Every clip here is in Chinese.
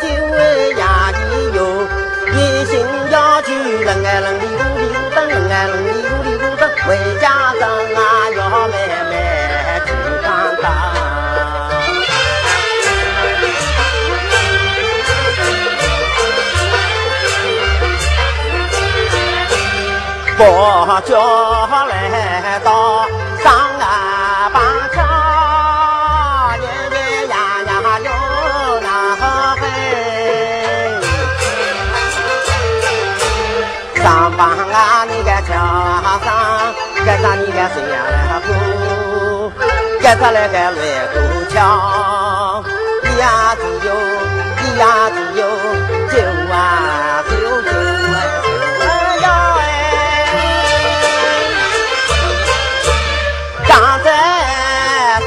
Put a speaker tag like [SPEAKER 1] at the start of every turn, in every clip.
[SPEAKER 1] 酒呀咿哟，一心要去人哎人里咕里咕当，人哎人里咕里咕当，回家当啊要慢慢去当当。佛教来到上啊八桥，爷爷呀呀哟那嘿，上班啊你个桥上，该上你个谁呀来过，该上来该来过桥，咿呀子哟咿呀子哟，酒啊酒酒啊酒啊哟哎。站在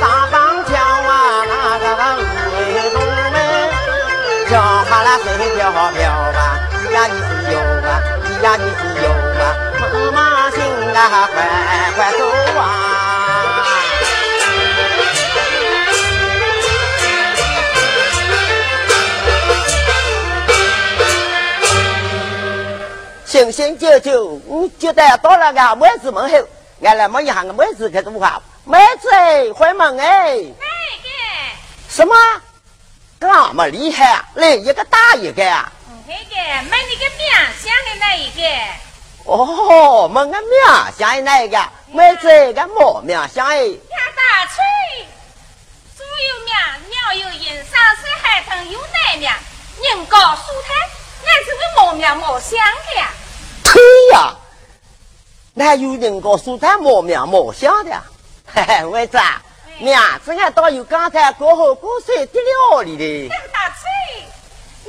[SPEAKER 1] 大棒桥啊，那个那五东门，叫哈拉谁飘飘啊，咿呀你是有啊，咿呀你是有啊，妈妈心啊，快快走啊！行行久久，我就带到了俺妹子门后，俺来问一下俺妹子可怎好？妹子哎，回门哎，
[SPEAKER 2] 那
[SPEAKER 1] 什么？那么厉害啊，来一个打一个啊！
[SPEAKER 2] 个，那个，买你个饼箱的那一个，
[SPEAKER 1] 哦，没俺名想的那一个，妹子俺没名想的，
[SPEAKER 2] 呀大翠，猪有面，鸟有银，上水海棠有奶面，人高树台，俺是个毛面毛香的呀。
[SPEAKER 1] 呸呀！那有人告诉他没名没想的啊，嘿 嘿，妹子啊，
[SPEAKER 2] 哎
[SPEAKER 1] 名字俺倒有刚才过好过水的了里的
[SPEAKER 2] 呀。大翠，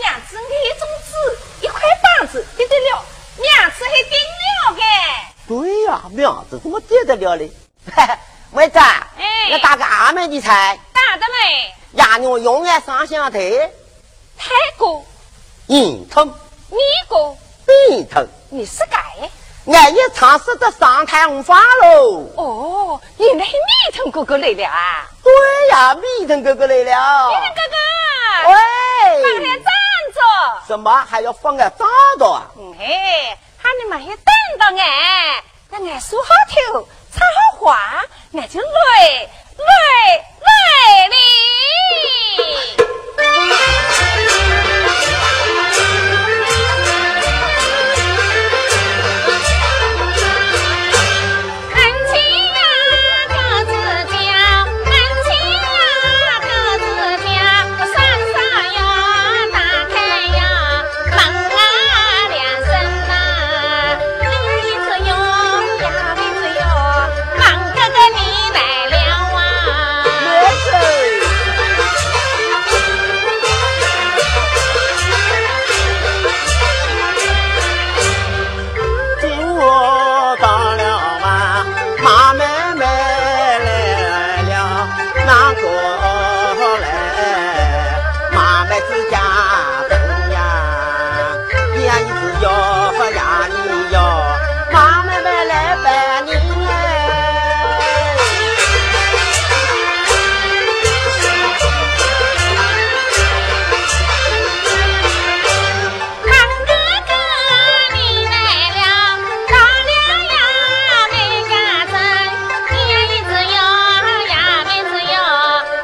[SPEAKER 2] 俺子的一种子，一块棒子得得了，俺子还得鸟的。
[SPEAKER 1] 对呀、面子怎么见得了 嘞？妹子，
[SPEAKER 2] 哎
[SPEAKER 1] 我打个阿妹的菜，
[SPEAKER 2] 打得嘞，
[SPEAKER 1] 鸭肉永远上香头，
[SPEAKER 2] 太哥，
[SPEAKER 1] 硬疼
[SPEAKER 2] 你哥，
[SPEAKER 1] 硬疼，
[SPEAKER 2] 你是改。
[SPEAKER 1] 俺也哎尝试着上台红发喽。
[SPEAKER 2] 哦，原来蜜糖哥哥来了啊！
[SPEAKER 1] 对呀、蜜疼哥哥来了
[SPEAKER 2] 蜜。糖哥哥，放下
[SPEAKER 1] 喂，
[SPEAKER 2] 站着。
[SPEAKER 1] 什么还要放个站着啊？
[SPEAKER 2] 嗯嘿，喊你们还等着俺，那俺梳好头，插好花，俺就来来来哩。门亲呀，各自家；门亲呀，各自家。我上上哟，打开哟，忙啊两声啊，你子哟呀，你子哟，忙哥哥你来了
[SPEAKER 1] 妹
[SPEAKER 2] 啊！
[SPEAKER 1] 子，进我到了啊，马妹妹来了，那个来，马妹子家等呀，你呀一直要呀你要，马妹妹来拜你哎。
[SPEAKER 2] 忙哥哥你来了，到了呀没家子，你呀一直哟呀妹子哟，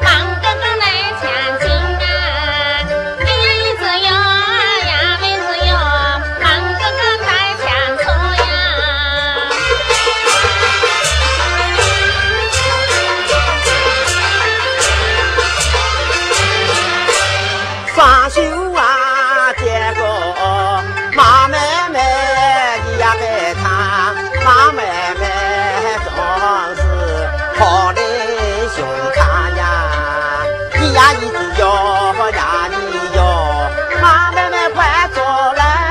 [SPEAKER 2] 忙哥哥来抢亲啊，你呀一直哟呀妹子哟，忙哥哥来抢错呀。
[SPEAKER 1] 双手啊，结个马妹妹一呀给他，马妹妹总是好的胸膛呀，一呀一直摇呀你摇，马妹妹快走来。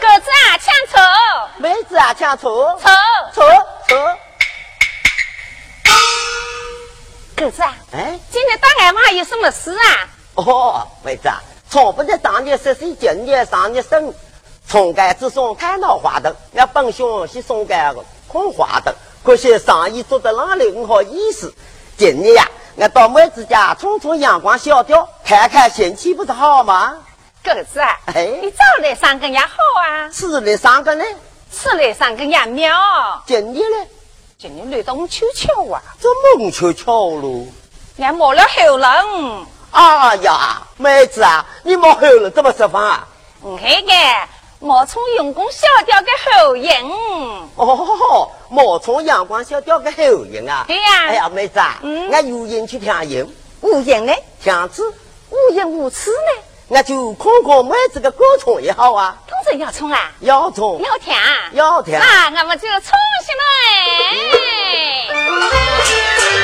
[SPEAKER 2] 狗子啊，抢走
[SPEAKER 1] 妹子啊，抢走
[SPEAKER 2] 走，
[SPEAKER 1] 走走，
[SPEAKER 2] 狗子啊，
[SPEAKER 1] 哎，
[SPEAKER 2] 今天到俺妈有什么事啊？
[SPEAKER 1] 哦，妹子啊，从不得当年十岁、九年、三年生，从杆子送看到花灯，那本想去送杆个空花灯，可惜生意做得哪里不好意思。今年呀，俺到妹子家冲冲阳光小调，看看心情不是好吗？
[SPEAKER 3] 狗子啊，
[SPEAKER 1] 哎
[SPEAKER 3] 你长得上更加好啊，
[SPEAKER 1] 吃了三个呢，
[SPEAKER 3] 吃得上更加妙，
[SPEAKER 1] 今年呢，
[SPEAKER 3] 今年绿冬秋秋啊，
[SPEAKER 1] 怎么不悄悄了？
[SPEAKER 3] 俺没了后人。
[SPEAKER 1] 哎呀，妹子啊，你莫后了这么说法啊？
[SPEAKER 3] 唔系嘅，我从用功小调嘅后影，
[SPEAKER 1] 哦，冒充阳光小调个后人啊！
[SPEAKER 3] 对呀
[SPEAKER 1] 哎呀，妹子啊，
[SPEAKER 3] 嗯
[SPEAKER 1] 俺有人去听音，
[SPEAKER 3] 无影呢？
[SPEAKER 1] 听子，
[SPEAKER 3] 无影无词呢？
[SPEAKER 1] 俺就看看妹子个歌唱也好啊，
[SPEAKER 3] 通知要冲啊，
[SPEAKER 1] 要唱
[SPEAKER 3] 要听啊，
[SPEAKER 1] 要听。
[SPEAKER 3] 那我们就冲起来。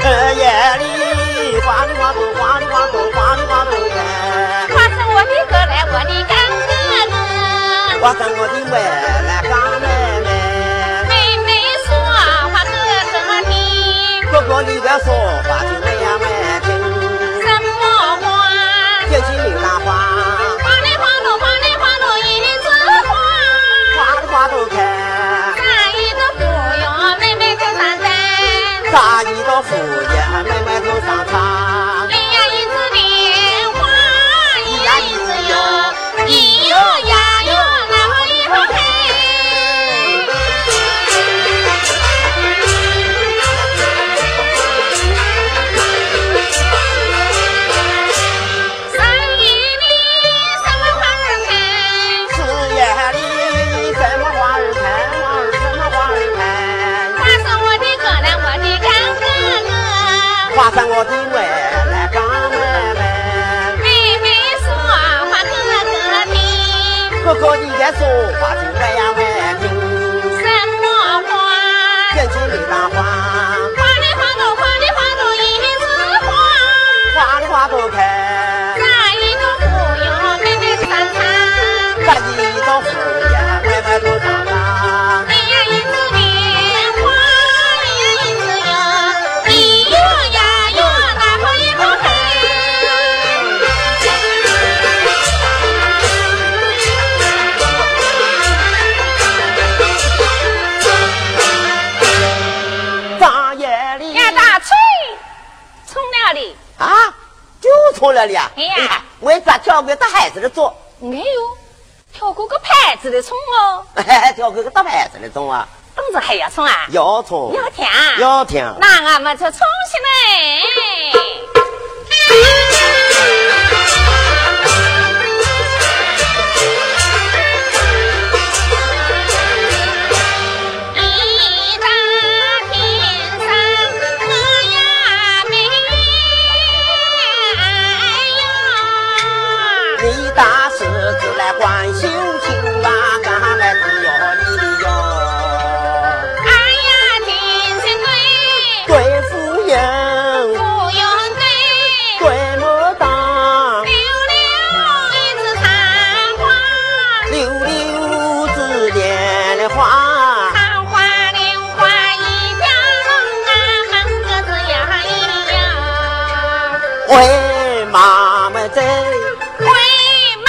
[SPEAKER 1] 这夜里花里花朵，花里花朵，花里花朵哎，
[SPEAKER 3] 花生我的哥来，我的干哥哥。
[SPEAKER 1] 我跟我的妹来干妹妹，
[SPEAKER 3] 妹妹说话哥哥听，
[SPEAKER 1] 哥哥你个说话就那样难听，
[SPEAKER 3] 什么话？
[SPEAKER 1] 天气有那花，
[SPEAKER 3] 花嘞花朵，花嘞花朵一枝花，
[SPEAKER 1] 花里花朵开。
[SPEAKER 3] 咱一个不用妹妹在上山，
[SPEAKER 1] 大一个副业，妹妹都上场
[SPEAKER 3] 哎。呀一枝莲花，一呀一枝哟，一哟呀哟，那么一花开。山野里什么花儿开？
[SPEAKER 1] 四月里什么花儿开，花儿什么花儿开，
[SPEAKER 3] 花生我的哥来，我的干哥哥。
[SPEAKER 1] 花上我的妹来干妹
[SPEAKER 3] 妹妹说话哥哥听，
[SPEAKER 1] 妹，哥哥你在说话就这样难听，
[SPEAKER 3] 什么花？
[SPEAKER 1] 天气里浪花，
[SPEAKER 3] 花里花朵，花里花朵一枝花。
[SPEAKER 1] 花里花朵开
[SPEAKER 3] 哪，一个不用妹妹上场？
[SPEAKER 1] 大一个副业，妹妹都上场。
[SPEAKER 3] 哎呀一枝莲花，哎呀一枝哟，一哟呀哟，那花一花开。
[SPEAKER 1] 大夜里
[SPEAKER 3] 呀大吹，冲了哩！
[SPEAKER 1] 啊，就从那里啊！
[SPEAKER 3] 哎呀
[SPEAKER 1] 我也咋跳过这孩子的桌？
[SPEAKER 3] 没有，跳过个牌子的冲哦，
[SPEAKER 1] 跳过个大牌子的钟啊！
[SPEAKER 3] 等着还要冲啊！
[SPEAKER 1] 要唱，
[SPEAKER 3] 要听啊！
[SPEAKER 1] 要听。
[SPEAKER 3] 那我们就冲起来。一大片山河呀美呀，
[SPEAKER 1] 你大狮子来关心情吧，俺来只要你的哟。
[SPEAKER 3] 哎呀天真对，
[SPEAKER 1] 对夫
[SPEAKER 3] 不
[SPEAKER 1] 人，
[SPEAKER 3] 用对。
[SPEAKER 1] 对牡丹，
[SPEAKER 3] 溜溜一枝残花，
[SPEAKER 1] 溜溜子莲的花，
[SPEAKER 3] 残花榴花一条龙啊，忙个子呀咿呀，
[SPEAKER 1] 喂妈妈在，
[SPEAKER 3] 喂忙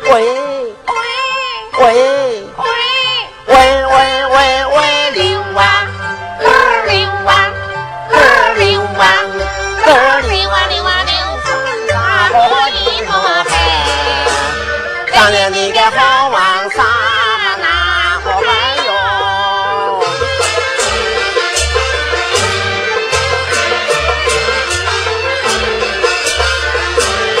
[SPEAKER 3] 哥哥，
[SPEAKER 1] 喂
[SPEAKER 3] 喂
[SPEAKER 1] 喂
[SPEAKER 3] 喂
[SPEAKER 1] 喂喂喂喂
[SPEAKER 3] 溜
[SPEAKER 1] 溜啊，
[SPEAKER 3] 啊儿溜啊儿溜啊儿溜啊溜啊溜啊，我一摸黑，
[SPEAKER 1] 当然你个好王三哪好朋友。
[SPEAKER 3] 三大好运来呀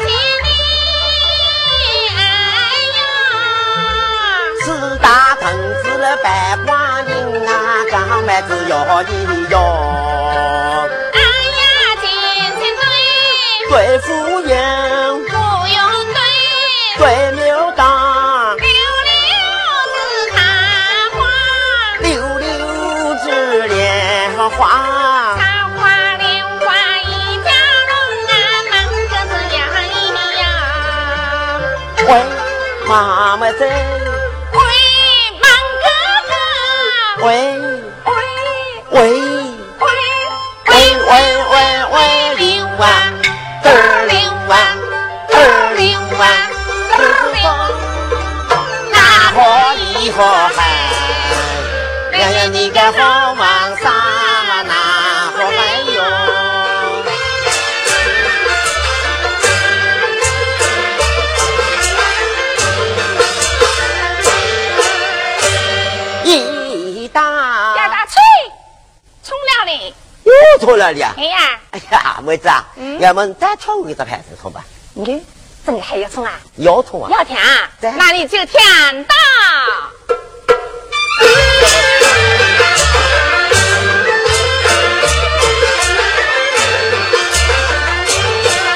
[SPEAKER 3] 千里，哎呦！
[SPEAKER 1] 四大藤子了百花人啊，刚买只要你哟。
[SPEAKER 3] 哎呀，金钱堆
[SPEAKER 1] 对夫人，
[SPEAKER 3] 不用堆，
[SPEAKER 1] 对牛当，
[SPEAKER 3] 溜溜紫茶花，
[SPEAKER 1] 溜溜枝莲花，
[SPEAKER 3] 茶花莲花一家龙啊，忙个子呀咿呀，
[SPEAKER 1] 喂么真？
[SPEAKER 3] 喂，忙哥哥，
[SPEAKER 1] 喂
[SPEAKER 3] 喂
[SPEAKER 1] 喂喂
[SPEAKER 3] 喂喂，
[SPEAKER 1] 喂喂喂，零万二零万二零万，这是
[SPEAKER 3] 那
[SPEAKER 1] 大河一河海，呀呀你该好往上啊，哪河海哟？一打
[SPEAKER 3] 要打吹，冲了哩！
[SPEAKER 1] 又错了呀！
[SPEAKER 3] 哎呀，
[SPEAKER 1] 哎呀，妹子啊，
[SPEAKER 3] 嗯
[SPEAKER 1] 要么你再跳舞给这牌子冲吧，
[SPEAKER 3] 你这怎么还要冲啊？
[SPEAKER 1] 要冲啊！
[SPEAKER 3] 要舔啊
[SPEAKER 1] 对，
[SPEAKER 3] 那你就舔到。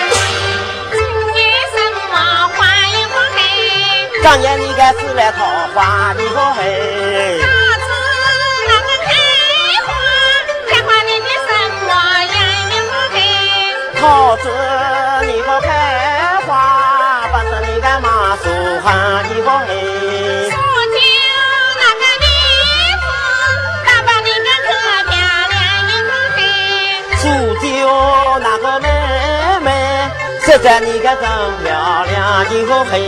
[SPEAKER 3] 为什么花一花黑，
[SPEAKER 1] 当年你该是来桃花的好嘿
[SPEAKER 3] 那，次那个开花，开花你的什么呀一花黑？
[SPEAKER 1] 桃子你个开花，不是你该马树花的好嘿
[SPEAKER 3] 不就。那个地方，打扮的可漂亮又可黑。
[SPEAKER 1] 苏州那个妹妹，实在你个真漂亮的好嘿，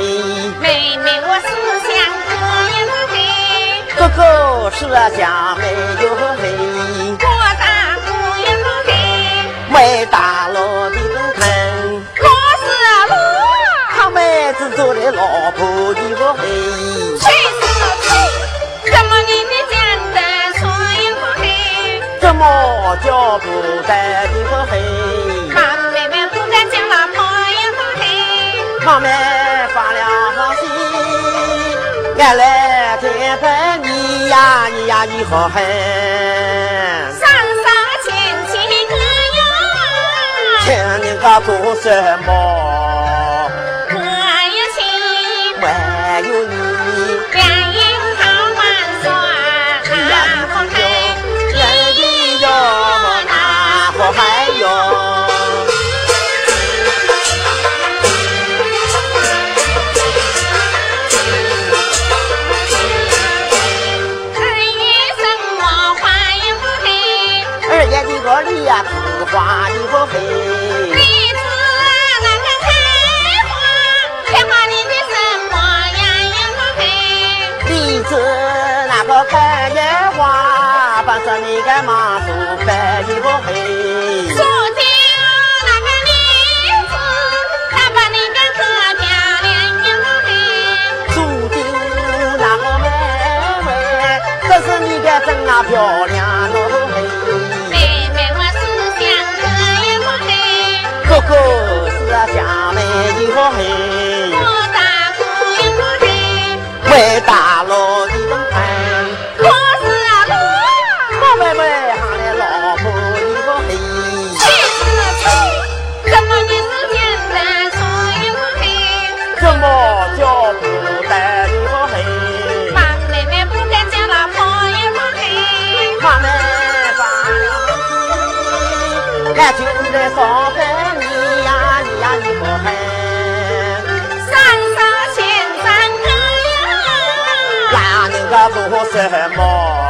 [SPEAKER 3] 妹妹我思想可也可黑，
[SPEAKER 1] 哥哥是下妹哟嘿，
[SPEAKER 3] 我大姑也可黑，
[SPEAKER 1] 妹大佬的人看。
[SPEAKER 3] 我是我，
[SPEAKER 1] 他妹子做的老婆的我嘿，
[SPEAKER 3] 谁是谁？怎么你的讲的说也可黑？
[SPEAKER 1] 怎么叫不得的我嘿？
[SPEAKER 3] 妈妹妹不该讲老婆也可黑。
[SPEAKER 1] 他们发了心，俺来天拜你呀你呀你好狠，
[SPEAKER 3] 上上亲亲哥
[SPEAKER 1] 请
[SPEAKER 3] 哟，
[SPEAKER 1] 你个做什么？
[SPEAKER 3] 哥哟亲。
[SPEAKER 1] 没有你，
[SPEAKER 3] 两眼好满酸，那好看，
[SPEAKER 1] 人
[SPEAKER 3] 一
[SPEAKER 1] 的哟
[SPEAKER 3] 哟那
[SPEAKER 1] 哪
[SPEAKER 3] 好
[SPEAKER 1] 好
[SPEAKER 3] 看。
[SPEAKER 1] 嗨哟？
[SPEAKER 3] 二爷什么花也不黑，
[SPEAKER 1] 二爷的个脸呀，紫花的我
[SPEAKER 3] 你
[SPEAKER 1] 嘿。
[SPEAKER 3] 子那个开花，开花你的什么呀也不黑，
[SPEAKER 1] 荔枝那个白叶花，把着你个马树白一个黑
[SPEAKER 3] 树。雕那个梨子，打扮你个可漂亮也不黑。
[SPEAKER 1] 树顶那个妹妹，这是你个真啊漂亮的嘿。
[SPEAKER 3] 妹妹我思想可也不黑。
[SPEAKER 1] 哥哥是下妹一个嘿
[SPEAKER 3] 我，大姑也不黑，
[SPEAKER 1] 为大佬一人看，
[SPEAKER 3] 我是我，
[SPEAKER 1] 我妹妹喊来老婆一个
[SPEAKER 3] 谁
[SPEAKER 1] 嘿。
[SPEAKER 3] 是谁？怎么你是简单说也不黑？
[SPEAKER 1] 怎么叫不得一个嘿？
[SPEAKER 3] 妈妹妹不该叫老婆也不黑，
[SPEAKER 1] 他们把感情的上分你呀你呀你不恨，
[SPEAKER 3] 山上千山哥呀，
[SPEAKER 1] 哪能个做什么？